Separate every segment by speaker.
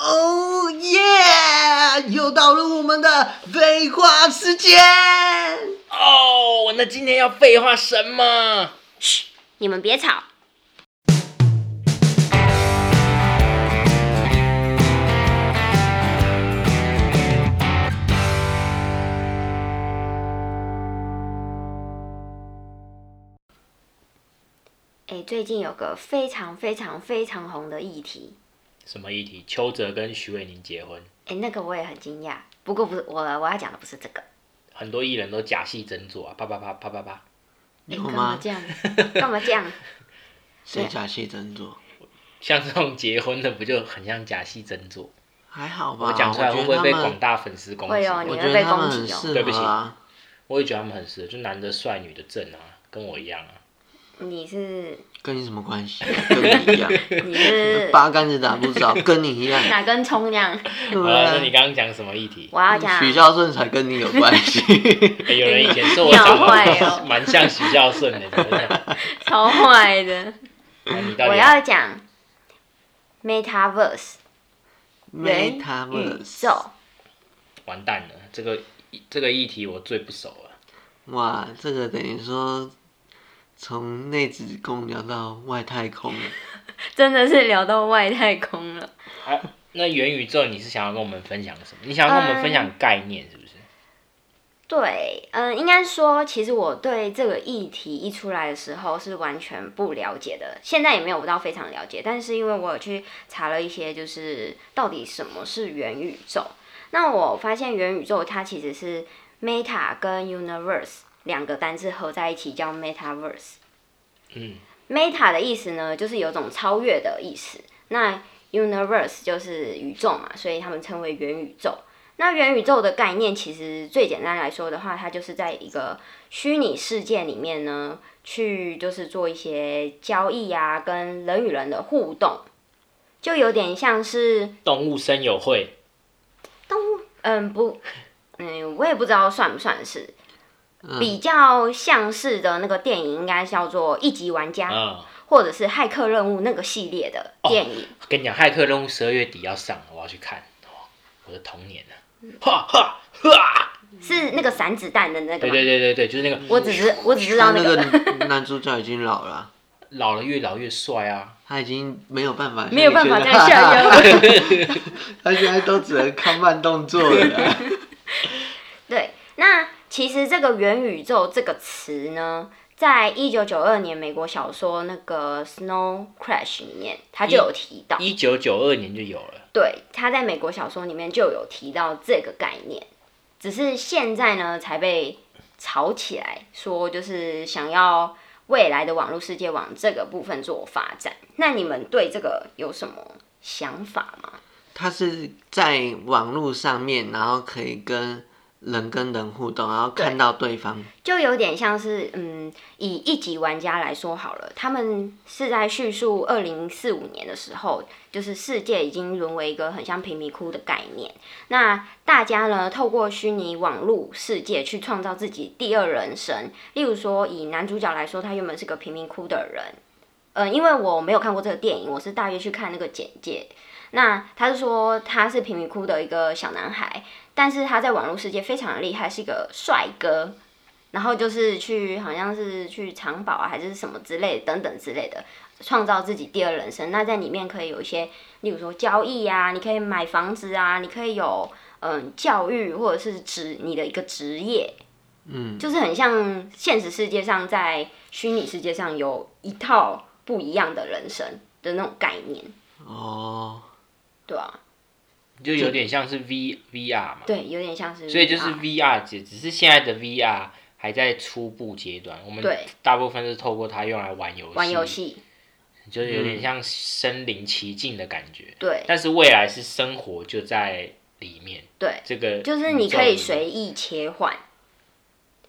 Speaker 1: Oh 又到了我们的废话时间。
Speaker 2: 哦，那今天要废话什么？
Speaker 3: 嘘，你们别吵。哎，最近有个非常非常非常红的议题，
Speaker 2: 什么议题？邱泽跟徐伟宁结婚，
Speaker 3: 哎，那个我也很惊讶。不过不是我，我要讲的不是这个。哎
Speaker 2: 很多艺人都假戏真做啊，啪啪啪啪啪啪。
Speaker 3: 哎，
Speaker 1: 有
Speaker 3: 干嘛
Speaker 1: 吗？
Speaker 3: 这样？干嘛这样？
Speaker 1: 谁假戏真做？
Speaker 2: 像这种结婚的，不就很像假戏真做？
Speaker 1: 还好吧，
Speaker 2: 我
Speaker 1: 我
Speaker 2: 讲出来会
Speaker 1: 觉
Speaker 2: 不会
Speaker 1: 得
Speaker 2: 被
Speaker 1: 他
Speaker 2: 广
Speaker 1: 们，
Speaker 2: 大粉丝攻
Speaker 3: 会
Speaker 2: 击？
Speaker 3: 哦你
Speaker 1: 啊我
Speaker 3: 会
Speaker 1: 觉得
Speaker 3: 被
Speaker 1: 他
Speaker 3: 攻
Speaker 1: 们
Speaker 3: 击
Speaker 1: 很
Speaker 3: 哦
Speaker 1: 适
Speaker 2: 对不
Speaker 1: 合
Speaker 2: 起
Speaker 1: 啊。
Speaker 2: 我也觉得他们很适合，就男的帅，女的正啊，跟我一样啊。
Speaker 3: 你 是
Speaker 1: 跟你什么关系？跟你一样，
Speaker 3: 你是
Speaker 1: 八竿子打不着，跟你一样。
Speaker 3: 哪根葱那样？
Speaker 1: 对啊
Speaker 2: 好
Speaker 1: 不
Speaker 2: 了，那你
Speaker 1: 对？
Speaker 2: 刚刚讲什么议题？
Speaker 3: 我要讲
Speaker 1: 许孝顺才跟你有关 系。
Speaker 2: 哎有人以前说我长
Speaker 3: 你好坏
Speaker 2: 得
Speaker 3: 哦
Speaker 2: 蛮像许孝顺的，怎么讲？
Speaker 3: 超坏的。
Speaker 2: 好哦你到
Speaker 3: 我
Speaker 2: 底
Speaker 3: 要讲 Metaverse 元宇
Speaker 1: Metaverse，
Speaker 3: 宙，
Speaker 2: 完蛋了？这个这个议题我最不熟了。
Speaker 1: 哇，这个等于说从内子宫聊到外太空了。
Speaker 3: 真的是聊到外太空了。
Speaker 2: 好，那元宇宙你是想要跟我们分享什么？你想要跟我们分享概念是不是？
Speaker 3: 对，嗯，应该说，其实我对这个议题一出来的时候是完全不了解的，现在也没有到非常了解，但是因为我有去查了一些，就是到底什么是元宇宙。那我发现元宇宙它其实是 Meta 跟 Universe 两个单字合在一起叫 Metaverse。
Speaker 2: 嗯，
Speaker 3: Meta 的意思呢，就是有种超越的意思。那 Universe 就是宇宙嘛，所以他们称为元宇宙。那元宇宙的概念，其实最简单来说的话，它就是在一个虚拟世界里面呢，去就是做一些交易啊，跟人与人的互动，就有点像是，
Speaker 2: 动物声友会，
Speaker 3: 嗯，不，嗯，我也不知道算不算是，
Speaker 1: 嗯
Speaker 3: 比较像是的那个电影，应该叫做《一级玩家》
Speaker 2: 嗯，
Speaker 3: 或者是《骇客任务》那个系列的
Speaker 2: 哦
Speaker 3: 电影。
Speaker 2: 跟你讲，《骇客任务》十二月底要上了，我要去看。哦，我的童年呢、啊？哈哈哈！
Speaker 3: 是那个散子弹的那个
Speaker 2: 对
Speaker 3: 吗？
Speaker 2: 对对对对，就是那个
Speaker 3: 我只是我只知道那
Speaker 1: 那
Speaker 3: 个，
Speaker 1: 个 男主角已经老了，
Speaker 2: 老了越老越帅啊！
Speaker 1: 他已经没有办法，
Speaker 3: 没有办法再下
Speaker 1: 腰，
Speaker 3: 腰。
Speaker 1: 他现在都只能看慢动作了。
Speaker 3: 对，那其实这个元宇宙这个词呢，在一九九二年美国小说那个《Snow Crash》里面，它就有提到。
Speaker 2: 一九九二年就有了，
Speaker 3: 对，它在美国小说里面就有提到这个概念，只是现在呢才被炒起来，说就是想要未来的网络世界往这个部分做发展。那你们对这个有什么想法吗？
Speaker 1: 他是在网络上面，然后可以跟人跟人互动，然后看到对方。
Speaker 3: 就有点像是，嗯，以一级玩家来说好了，他们是在叙述二零四五年的时候，就是世界已经沦为一个很像贫民窟的概念。那大家呢，透过虚拟网络世界去创造自己第二人生。例如说，以男主角来说，他原本是个贫民窟的人，呃，因为我没有看过这个电影，我是大约去看那个简介。那他是说他是贫民窟的一个小男孩，但是他在网络世界非常的厉害，是一个帅哥。然后就是去好像是去藏宝啊，还是什么之类等等之类的，创造自己第二人生。那在里面可以有一些，例如说交易啊，你可以买房子啊，你可以有嗯教育或者是职你的一个职业，
Speaker 1: 嗯，
Speaker 3: 就是很像现实世界上在虚拟世界上有一套不一样的人生的那种概念，
Speaker 1: 哦，
Speaker 3: 对吧、
Speaker 2: 就有点像是 V V R 嘛，
Speaker 3: 对，有点像是，
Speaker 2: 所以就是
Speaker 3: 啊
Speaker 2: V R 只只是现在的 V R 还在初步阶段，我们
Speaker 3: 对
Speaker 2: 大部分是透过它用来玩游戏，
Speaker 3: 玩游戏，
Speaker 2: 就是有点像身临其境的感觉。
Speaker 3: 对
Speaker 2: 但是未来是生活就在里面，
Speaker 3: 对，
Speaker 2: 这个
Speaker 3: 就是你可以随意切换，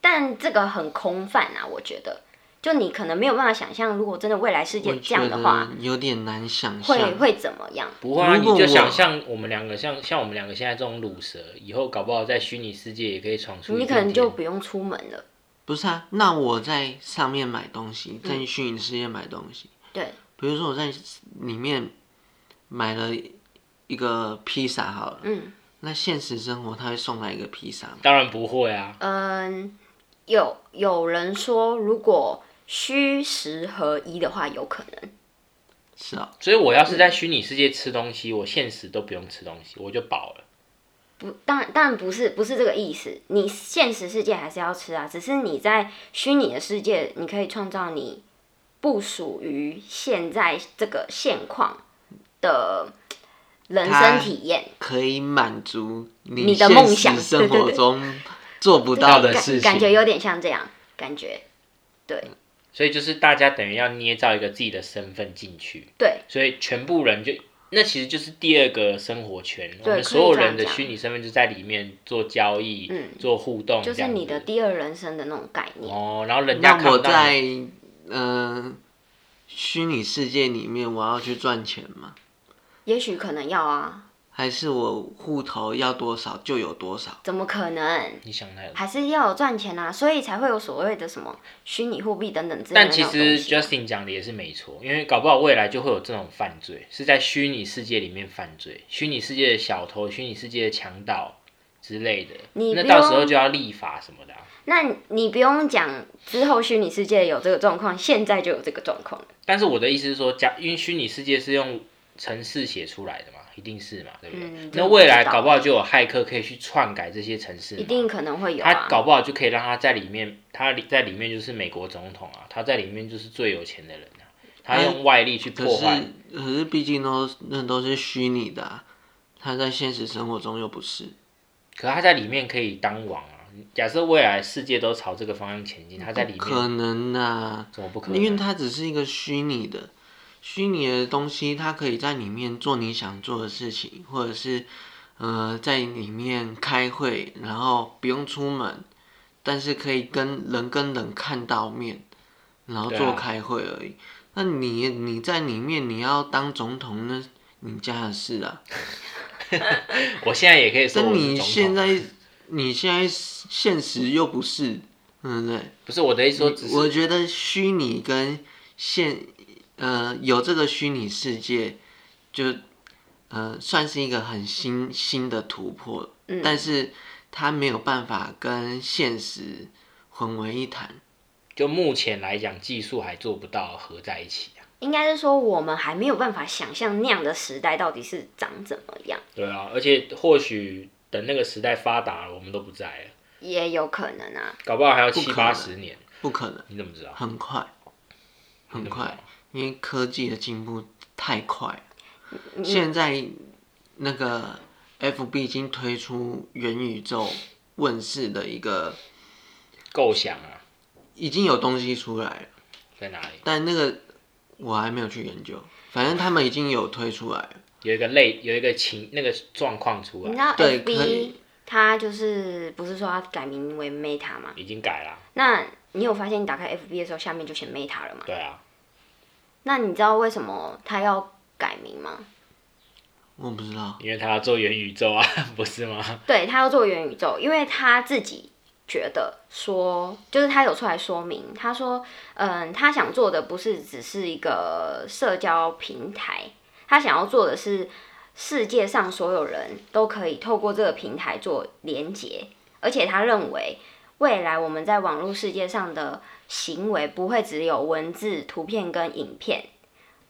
Speaker 3: 但这个很空泛啊，我觉得，就你可能没有办法想象，如果真的未来世
Speaker 1: 我
Speaker 3: 界这
Speaker 1: 觉
Speaker 3: 样的话
Speaker 1: 得，有点难想
Speaker 3: 会
Speaker 1: 象。
Speaker 3: 会怎么样？
Speaker 2: 不会啊，
Speaker 1: 如
Speaker 2: 你
Speaker 1: 果
Speaker 2: 就
Speaker 1: 我
Speaker 2: 想像我们两个，像像我们两个现在这种卤蛇，以后搞不好在虚拟世界也可以闯出
Speaker 3: 你
Speaker 2: 一片
Speaker 3: 可
Speaker 2: 天。
Speaker 3: 能就不用出门了，
Speaker 1: 不是啊，那我在上面买东西，
Speaker 3: 嗯
Speaker 1: 在虚拟世界买东西，
Speaker 3: 对，
Speaker 1: 比如说我在里面买了一个披萨好了，
Speaker 3: 嗯，
Speaker 1: 那现实生活他会送来一个披萨吗？
Speaker 2: 当然不会啊，
Speaker 3: 嗯，有有人说，如果虚实合一的话，有可能。
Speaker 1: 是啊、
Speaker 2: 所以我要是在虚拟世界吃东西，我现实都不用吃东西，我就饱了。
Speaker 3: 不，当然，当然不是，不是这个意思。你现实世界还是要吃啊，只是你在虚拟的世界，你可以创造你不属于现在这个现况的人
Speaker 1: 它
Speaker 3: 生体验。
Speaker 1: 可以满足你
Speaker 3: 你的
Speaker 1: 现
Speaker 3: 梦想
Speaker 1: 实生活中做不到
Speaker 2: 到
Speaker 1: 的
Speaker 2: 的
Speaker 1: 事
Speaker 2: 事嗯
Speaker 1: 情。
Speaker 3: 感觉有点像这样，感觉
Speaker 2: 所以就是大家等于要捏造一个自己的身份进去，
Speaker 3: 对
Speaker 2: 所以全部人就那其实就是第二个生活圈，我
Speaker 3: 对
Speaker 2: 们所有
Speaker 3: 可以这样
Speaker 2: 人的
Speaker 3: 讲
Speaker 2: 虚拟身份就在里面做交易、
Speaker 3: 嗯
Speaker 2: 做互动，
Speaker 3: 就是你的第二人生的那种概念。
Speaker 2: 哦，然后人家看
Speaker 1: 那
Speaker 2: 不
Speaker 1: 我
Speaker 2: 到你
Speaker 1: 在嗯虚拟世界里面，我要去赚钱吗？
Speaker 3: 也许可能要啊，
Speaker 1: 还是我户头要多少就有多少？
Speaker 3: 怎么可能？
Speaker 2: 你想太多。
Speaker 3: 还是要有赚钱啊，所以才会有所谓的什么虚拟货币等等之类的
Speaker 2: 但
Speaker 3: 那
Speaker 2: 其
Speaker 3: 种东西啊。
Speaker 2: 实 Justin 讲的也是没错，因为搞不好未来就会有这种犯罪，是在虚拟世界里面犯罪，虚拟世界的小偷、虚拟世界的强盗之类的，
Speaker 3: 你
Speaker 2: 那
Speaker 3: 不
Speaker 2: 到时候
Speaker 3: 用
Speaker 2: 就要立法什么的啊、
Speaker 3: 那你不用讲之后虚拟世界有这个状况，现在就有这个状况了。
Speaker 2: 但是我的意思是说，假因为虚拟世界是用程式写出来的嘛，一定是嘛，对不对？
Speaker 3: 嗯
Speaker 2: 那未来
Speaker 3: 这个不知道
Speaker 2: 搞不好就有骇客可以去篡改这些程式
Speaker 1: 啊
Speaker 2: 嘛，
Speaker 3: 一定可能会有
Speaker 2: 他
Speaker 3: 啊。
Speaker 2: 搞不好就可以让他在里面，他里在里面就是美国总统啊，他在里面就是最有钱的人啊，他用外力去
Speaker 1: 可
Speaker 2: 破
Speaker 1: 是
Speaker 2: 坏。
Speaker 1: 可是毕竟都那都是虚拟的、啊，他在现实生活中又不是。
Speaker 2: 可他在里面可以当王啊！假设未来世界都朝这个方向前进，他在里
Speaker 1: 嗯可
Speaker 2: 面
Speaker 1: 能啊呐、
Speaker 2: 怎么不可能？
Speaker 1: 因为它只是一个虚拟的，虚拟的东西，它可以在里面做你想做的事情，或者是呃在里面开会，然后不用出门，但是可以跟人跟人看到面，然后
Speaker 2: 对啊
Speaker 1: 做开会而已。那你你在里面你要当总统那你家的事啊。
Speaker 2: 我现在也可以说
Speaker 1: 但
Speaker 2: 我是
Speaker 1: 你
Speaker 2: 总
Speaker 1: 现
Speaker 2: 统，
Speaker 1: 在你现在现实又不是，对不对？
Speaker 2: 不是我的意思说，只
Speaker 1: 我
Speaker 2: 是
Speaker 1: 觉得虚拟跟现呃有这个虚拟世界，就呃算是一个很新新的突破，
Speaker 3: 嗯
Speaker 1: 但是它没有办法跟现实混为一谈。
Speaker 2: 就目前来讲，技术还做不到合在一起啊。
Speaker 3: 应该是说我们还没有办法想象那样的时代到底是长怎么样，
Speaker 2: 对啊，而且或许等那个时代发达了，我们都不在了，
Speaker 3: 也有可能啊。
Speaker 2: 搞不好还有
Speaker 1: 不可
Speaker 2: 七
Speaker 1: 能
Speaker 2: 八十年。
Speaker 1: 不可能，
Speaker 2: 你怎么知道？
Speaker 1: 很快，
Speaker 2: 你怎
Speaker 1: 很
Speaker 2: 么知
Speaker 1: 快
Speaker 2: 道，
Speaker 1: 因为科技的进步太快了。
Speaker 3: 嗯
Speaker 1: 现在那个 FB 已经推出元宇宙问世的一个，
Speaker 2: 构想啊，
Speaker 1: 已经有东西出来了。
Speaker 2: 在哪里？
Speaker 1: 但那个我还没有去研究，反正他们已经有推出来了。
Speaker 2: 有一个类，有一个情那个状况出
Speaker 3: 你知
Speaker 2: 来，
Speaker 3: 道
Speaker 1: 对可以
Speaker 3: FB 它就是不是说它改名为 Meta 吗？
Speaker 2: 已经改了。
Speaker 3: 那你有发现你打开 FB 的时候下面就写 Meta 了吗？
Speaker 2: 对啊，
Speaker 3: 那你知道为什么它要改名吗？
Speaker 1: 我不知道，
Speaker 2: 因为他要做元宇宙啊， 不是吗？
Speaker 3: 对他要做元宇宙，因为他自己觉得说，就是他有出来说明，他说，嗯，他想做的不是只是一个社交平台，他想要做的是世界上所有人都可以透过这个平台做连接，而且他认为未来我们在网络世界上的行为不会只有文字、图片跟影片。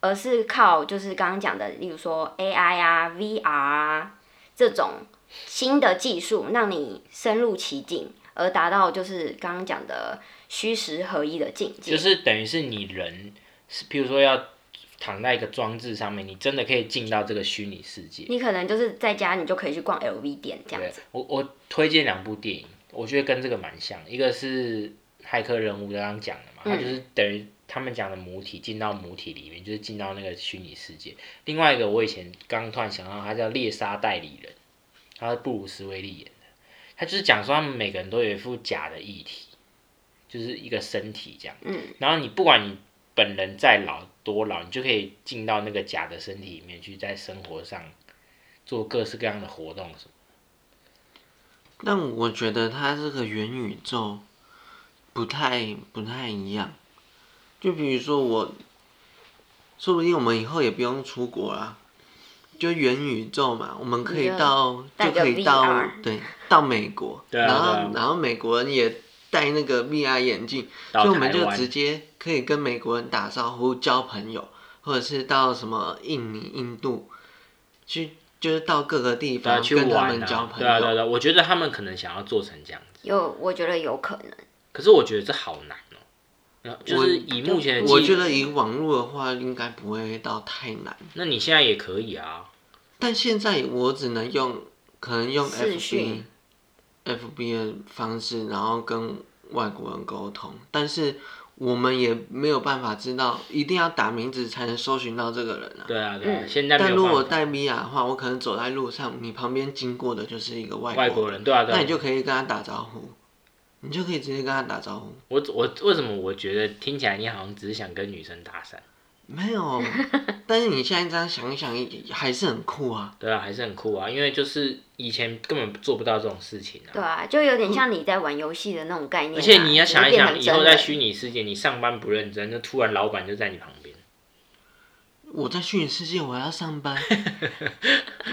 Speaker 3: 而是靠就是刚刚讲的，例如说 AI 啊、VR 啊这种新的技术，让你深入其境，而达到就是刚刚讲的虚实合一的境界。
Speaker 2: 就是等于是你人是，譬如说要躺在一个装置上面，你真的可以进到这个虚拟世界。
Speaker 3: 你可能就是在家，你就可以去逛 LV 店这样
Speaker 2: 对
Speaker 3: 子。，
Speaker 2: 我我推荐两部电影，我觉得跟这个蛮像，一个是《骇客任务》刚刚讲的嘛，它
Speaker 3: 嗯
Speaker 2: 就是等于他们讲的母体进到母体里面，就是进到那个虚拟世界。另外一个我以前刚突然想到，它叫《猎杀代理人》，它是布鲁斯威利演的，他就是讲说他们每个人都有一副假的议题，就是一个身体这样。
Speaker 3: 嗯，
Speaker 2: 然后你不管你本人再老多老，你就可以进到那个假的身体里面去，在生活上做各式各样的活动什么。
Speaker 1: 但我觉得它这个元宇宙不太不太一样。就比如说我，说不定我们以后也不用出国啦，就元宇宙嘛，我们可以
Speaker 3: 你就
Speaker 1: 到
Speaker 3: 带
Speaker 1: 就
Speaker 3: 个
Speaker 1: 可以到
Speaker 3: VR
Speaker 1: 对到美国，
Speaker 2: 对啊对
Speaker 1: 然
Speaker 2: 啊
Speaker 1: 后然后美国人也戴那个 VR 眼镜，
Speaker 2: 到
Speaker 1: 所以我们
Speaker 2: 台
Speaker 1: 就
Speaker 2: 湾
Speaker 1: 直接可以跟美国人打招呼、交朋友，或者是到什么印尼、印度去，就是到各个地
Speaker 2: 对啊
Speaker 1: 方
Speaker 2: 去
Speaker 1: 跟他
Speaker 2: 玩
Speaker 1: 们交
Speaker 2: 啊，
Speaker 1: 朋
Speaker 2: 对啊对啊
Speaker 1: 友。
Speaker 2: 对啊，我觉得他们可能想要做成这样子，
Speaker 3: 有我觉得有可能，
Speaker 2: 可是我觉得这好难哦、那就是以目前的
Speaker 1: 我
Speaker 2: 技
Speaker 1: 觉得以网络的话，应该不会到太难，
Speaker 2: 那你现在也可以啊，
Speaker 1: 但现在我只能用，可能用
Speaker 3: 视讯
Speaker 1: FB、FB 的方式，然后跟外国人沟通，但是我们也没有办法知道，一定要打名字才能搜寻到这个人啊。
Speaker 2: 对啊对啊，
Speaker 3: 嗯
Speaker 2: 现在没
Speaker 1: 但如
Speaker 2: 有
Speaker 1: 果
Speaker 2: 办法
Speaker 1: 戴 VR 的话，我可能走在路上，你旁边经过的就是一个外
Speaker 2: 外
Speaker 1: 国
Speaker 2: 国人，对啊对啊，
Speaker 1: 那你就可以跟他打招呼，你就可以直接跟他打招呼。
Speaker 2: 我我为什么我觉得听起来你好像只是想跟女生搭讪？
Speaker 1: 没有，但是你现在这样想一想，也还是很酷啊。
Speaker 2: 对啊，还是很酷啊，因为就是以前根本做不到这种事情啊。
Speaker 3: 对啊，就有点像你在玩游戏的那种概念啊、
Speaker 2: 而且你要
Speaker 3: 只是
Speaker 2: 想一
Speaker 3: 变
Speaker 2: 想，
Speaker 3: 成
Speaker 2: 以后
Speaker 3: 真
Speaker 2: 在
Speaker 3: 人
Speaker 2: 虚拟世界，你上班不认真，那突然老板就在你旁边。
Speaker 1: 我在虚拟世界，我还要上班，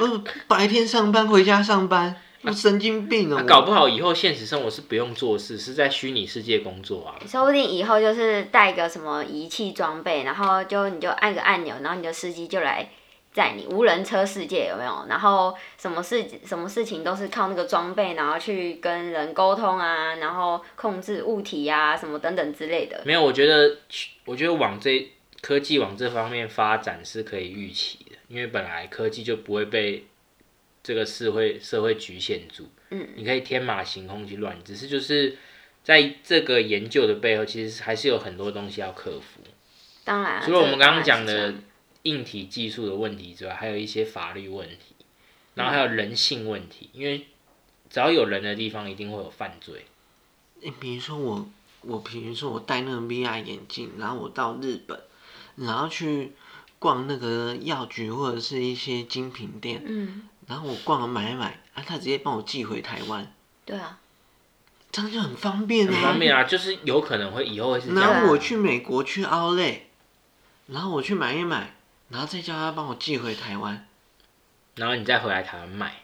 Speaker 1: 我白天上班，回家上班，我神经病
Speaker 2: 那、
Speaker 1: 哦、
Speaker 2: 啊搞
Speaker 1: 我
Speaker 2: 不好以后现实生活是不用做事，是在虚拟世界工作啊。
Speaker 3: 说不定以后就是带个什么仪器装备，然后就你就按个按钮，然后你的司机就来载你。无人车世界有没有？然后什么事什么事情都是靠那个装备，然后去跟人沟通啊，然后控制物体啊，什么等等之类的。
Speaker 2: 没有，我觉得，我觉得往这科技往这方面发展是可以预期的，因为本来科技就不会被这个社会社会局限住。
Speaker 3: 嗯，
Speaker 2: 你可以天马行空去乱，只是就是在这个研究的背后，其实还是有很多东西要克服。
Speaker 3: 当然啊，
Speaker 2: 除了我
Speaker 3: 这
Speaker 2: 们
Speaker 3: 个当
Speaker 2: 刚刚
Speaker 3: 然
Speaker 2: 讲
Speaker 3: 是这
Speaker 2: 的
Speaker 3: 样
Speaker 2: 硬体技术的问题之外，还有一些法律问题，然
Speaker 3: 嗯
Speaker 2: 后还有人性问题，因为只要有人的地方，一定会有犯罪。
Speaker 1: 你比如说我，我比如说我戴那个 VR 眼镜，然后我到日本，然后去逛那个药局或者是一些精品店，
Speaker 3: 嗯，
Speaker 1: 然后我逛了买一买，啊，他直接帮我寄回台湾，
Speaker 3: 对啊，
Speaker 1: 这样就很方便
Speaker 3: 嗯
Speaker 2: 很
Speaker 1: 啊。
Speaker 2: 方便啊，就是有可能会以后会是这样啊。
Speaker 1: 然后我去美国去 o u 然后我去买一买，然后再叫他帮我寄回台湾，
Speaker 2: 然后你再回来台湾卖。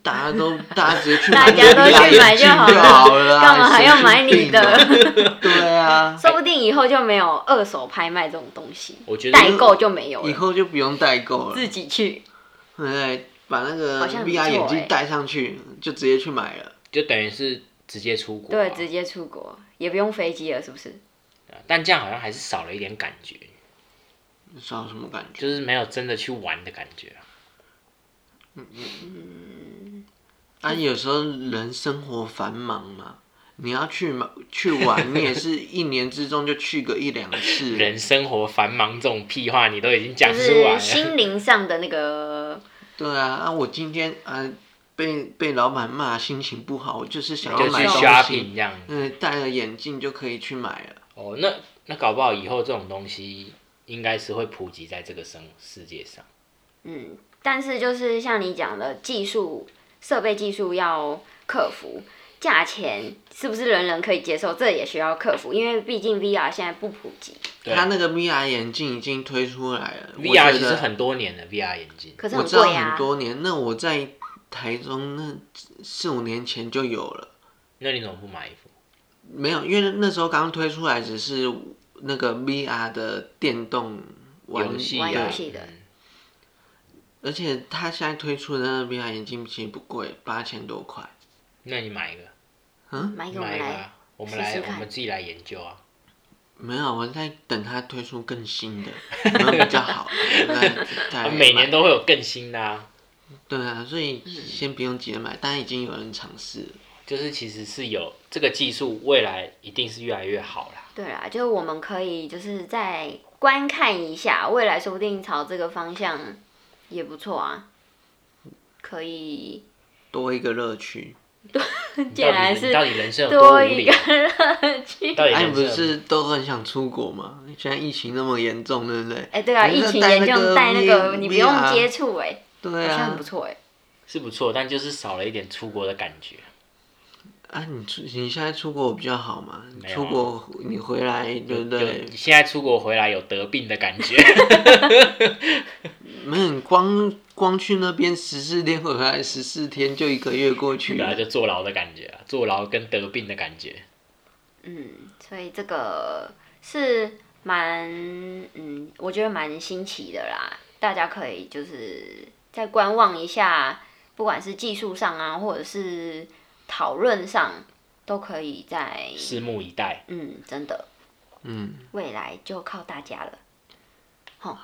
Speaker 1: 大 家都大家直接去
Speaker 3: 大
Speaker 1: 买
Speaker 3: 家都去买就
Speaker 1: 就
Speaker 3: 好了
Speaker 1: 好了啊，
Speaker 3: 干嘛还要
Speaker 1: 神经
Speaker 3: 买你
Speaker 1: 病啊？
Speaker 3: 的？
Speaker 1: 对啊，
Speaker 2: 哎
Speaker 3: 说不定以后就没有二手拍卖这种东西，
Speaker 2: 我觉得
Speaker 3: 代购就没有
Speaker 1: 以
Speaker 3: 了，
Speaker 1: 后就不用代购了，
Speaker 3: 自己去。
Speaker 1: 对，把那个
Speaker 3: 好像不错
Speaker 1: VR 眼
Speaker 3: 欸
Speaker 1: 镜戴上去，就直接去买了。
Speaker 2: 就等于是直接出国、啊。
Speaker 3: 对，直接出国也不用飞机了，是不是？
Speaker 2: 但这样好像还是少了一点感觉，
Speaker 1: 少什么感觉？
Speaker 2: 就是没有真的去玩的感觉啊。
Speaker 1: 啊，有时候人生活繁忙嘛，你要去嘛去玩，你也是一年之中就去个一两次。
Speaker 2: 人生活繁忙这种屁话，你都已经讲
Speaker 3: 就
Speaker 2: 出来
Speaker 3: 是
Speaker 2: 了。
Speaker 3: 心灵上的那个，
Speaker 1: 对啊，啊，我今天啊被被老板骂，心情不好，我就是想
Speaker 2: 就
Speaker 1: 要买
Speaker 2: 去
Speaker 1: 东西。
Speaker 2: shopping 这样
Speaker 1: 嗯，戴了眼镜就可以去买了。
Speaker 2: 哦，那那搞不好以后这种东西应该是会普及在这个生世界上。
Speaker 3: 嗯，但是就是像你讲的，技术设备技术要克服，价钱是不是人人可以接受，这也需要克服，因为毕竟 VR 现在不普及，
Speaker 2: 对
Speaker 1: 他那个 VR 眼镜已经推出来了我
Speaker 2: VR
Speaker 1: 觉
Speaker 2: 其实
Speaker 1: 得
Speaker 2: 很多年了，VR 眼镜，
Speaker 3: 可是
Speaker 1: 我
Speaker 3: 很
Speaker 1: 知道
Speaker 3: 贵啊
Speaker 1: 很。多年，那我在台中那四五年前就有了，
Speaker 2: 那你怎么不买一副？
Speaker 1: 没有，因为那时候刚推出来，只是那个 VR 的电动玩
Speaker 2: 游戏
Speaker 1: 具
Speaker 2: 啊，
Speaker 3: 玩游戏的
Speaker 2: 嗯
Speaker 1: 而且它现在推出的那个 VR 眼镜其实不贵，八千多块。嗯
Speaker 2: 那你买一个，
Speaker 3: 买给我
Speaker 2: 买
Speaker 3: 们
Speaker 2: 一个
Speaker 3: 来，
Speaker 2: 啊，我们
Speaker 3: 试
Speaker 2: 来，
Speaker 3: 试
Speaker 2: 我
Speaker 3: 看
Speaker 2: 们自己来研究啊。
Speaker 1: 没有，我在等它推出更新的，然后比较好。我再再
Speaker 2: 啊
Speaker 3: 哎
Speaker 1: 来
Speaker 2: 每年
Speaker 1: 买
Speaker 2: 都会有更新的啊，
Speaker 1: 对啊，所以先不用急着买，但已经有人尝试了。
Speaker 2: 就是其实是有这个技术，未来一定是越来越好啦。
Speaker 3: 对啦，就是我们可以就是再观看一下，未来说不定朝这个方向也不错啊，可以。
Speaker 1: 多一个乐趣。
Speaker 3: 竟然是
Speaker 2: 你到底人生有多无
Speaker 3: 多一
Speaker 2: 聊
Speaker 3: 个？乐趣。
Speaker 2: 到底
Speaker 1: 哎，
Speaker 2: 人
Speaker 1: 你不
Speaker 2: 生有
Speaker 1: 是都很想出国吗？现在疫情那么严重，对不对？
Speaker 3: 哎、对啊，
Speaker 1: 你
Speaker 3: 疫
Speaker 1: 那
Speaker 3: 情
Speaker 1: 戴
Speaker 3: 严
Speaker 1: 那
Speaker 3: 重
Speaker 1: 个
Speaker 3: 带那个
Speaker 1: V-
Speaker 3: 你不用
Speaker 1: VR
Speaker 3: 接触哎、
Speaker 1: 对
Speaker 3: 好像
Speaker 1: 啊
Speaker 3: 很不，错哎、
Speaker 2: 是不错，但就是少了一点出国的感觉。
Speaker 1: 啊，你出你现在出国比较好嘛？
Speaker 2: 没有啊
Speaker 1: 出国你回来对不对
Speaker 2: 就？现在出国回来有得病的感 觉，
Speaker 1: 没有，你光光去那边十四天回来十四天就一个月过去
Speaker 2: 本来
Speaker 1: 了，
Speaker 2: 啊就坐牢的感觉啊，坐牢跟得病的感觉。
Speaker 3: 嗯，所以这个是蛮嗯，我觉得蛮新奇的啦。大家可以就是再观望一下，不管是技术上啊，或者是讨论上，都可以在
Speaker 2: 拭目以待。
Speaker 3: 嗯，真的
Speaker 1: 嗯，
Speaker 3: 未来就靠大家了。
Speaker 1: 好，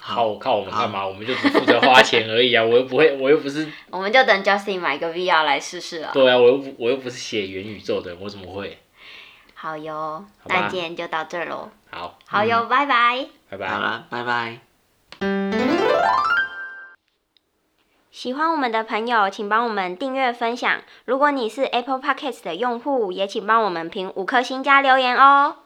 Speaker 2: 靠靠我们干嘛？我们就只负责花钱而已啊！我又不会，我又不是
Speaker 3: 我们就等 Justin 买个 VR 来试试了。
Speaker 2: 对啊，我又不我又不是写元宇宙的人，我怎么会？
Speaker 3: 好哟，
Speaker 2: 好吧
Speaker 3: 那今天就到这喽。
Speaker 1: 嗯
Speaker 2: 好，
Speaker 3: 好哟，拜拜。
Speaker 2: 拜
Speaker 1: 好
Speaker 2: 拜。
Speaker 1: 啦，拜拜。
Speaker 3: 喜欢我们的朋友，请帮我们订阅分享。如果你是 Apple Podcast 的用户，也请帮我们评五颗星加留言哦。